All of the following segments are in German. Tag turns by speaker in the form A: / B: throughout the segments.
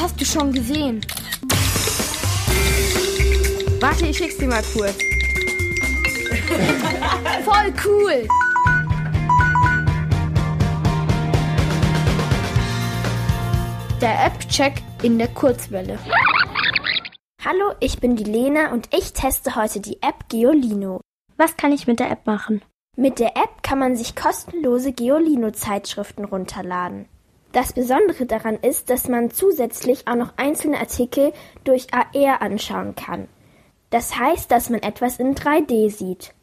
A: hast du schon gesehen?
B: Warte, ich schick's dir mal kurz.
A: Voll cool. Der App-Check in der Kurzwelle.
C: Hallo, ich bin die Lena und ich teste heute die App Geolino.
D: Was kann ich mit der App machen?
C: Mit der App kann man sich kostenlose Geolino-Zeitschriften runterladen. Das Besondere daran ist, dass man zusätzlich auch noch einzelne Artikel durch AR anschauen kann. Das heißt, dass man etwas in 3D sieht.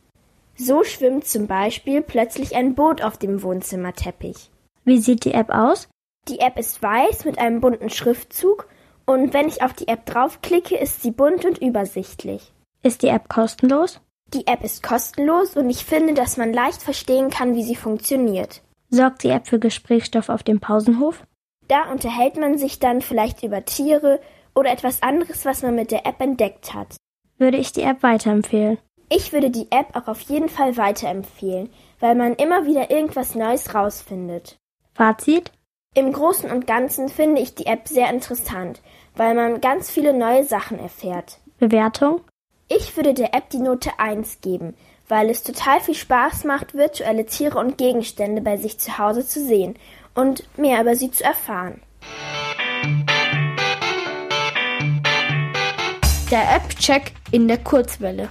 C: So schwimmt zum Beispiel plötzlich ein Boot auf dem Wohnzimmerteppich.
D: Wie sieht die App aus?
C: Die App ist weiß mit einem bunten Schriftzug und wenn ich auf die App draufklicke, ist sie bunt und übersichtlich.
D: Ist die App kostenlos?
C: Die App ist kostenlos und ich finde, dass man leicht verstehen kann, wie sie funktioniert.
D: Sorgt die App für Gesprächsstoff auf dem Pausenhof?
C: Da unterhält man sich dann vielleicht über Tiere oder etwas anderes, was man mit der App entdeckt hat.
D: Würde ich die App weiterempfehlen?
C: Ich würde die App auch auf jeden Fall weiterempfehlen, weil man immer wieder irgendwas Neues rausfindet.
D: Fazit?
C: Im Großen und Ganzen finde ich die App sehr interessant, weil man ganz viele neue Sachen erfährt.
D: Bewertung?
C: Ich würde der App die Note 1 geben, weil es total viel Spaß macht, virtuelle Tiere und Gegenstände bei sich zu Hause zu sehen und mehr über sie zu erfahren.
A: Der App-Check in der Kurzwelle.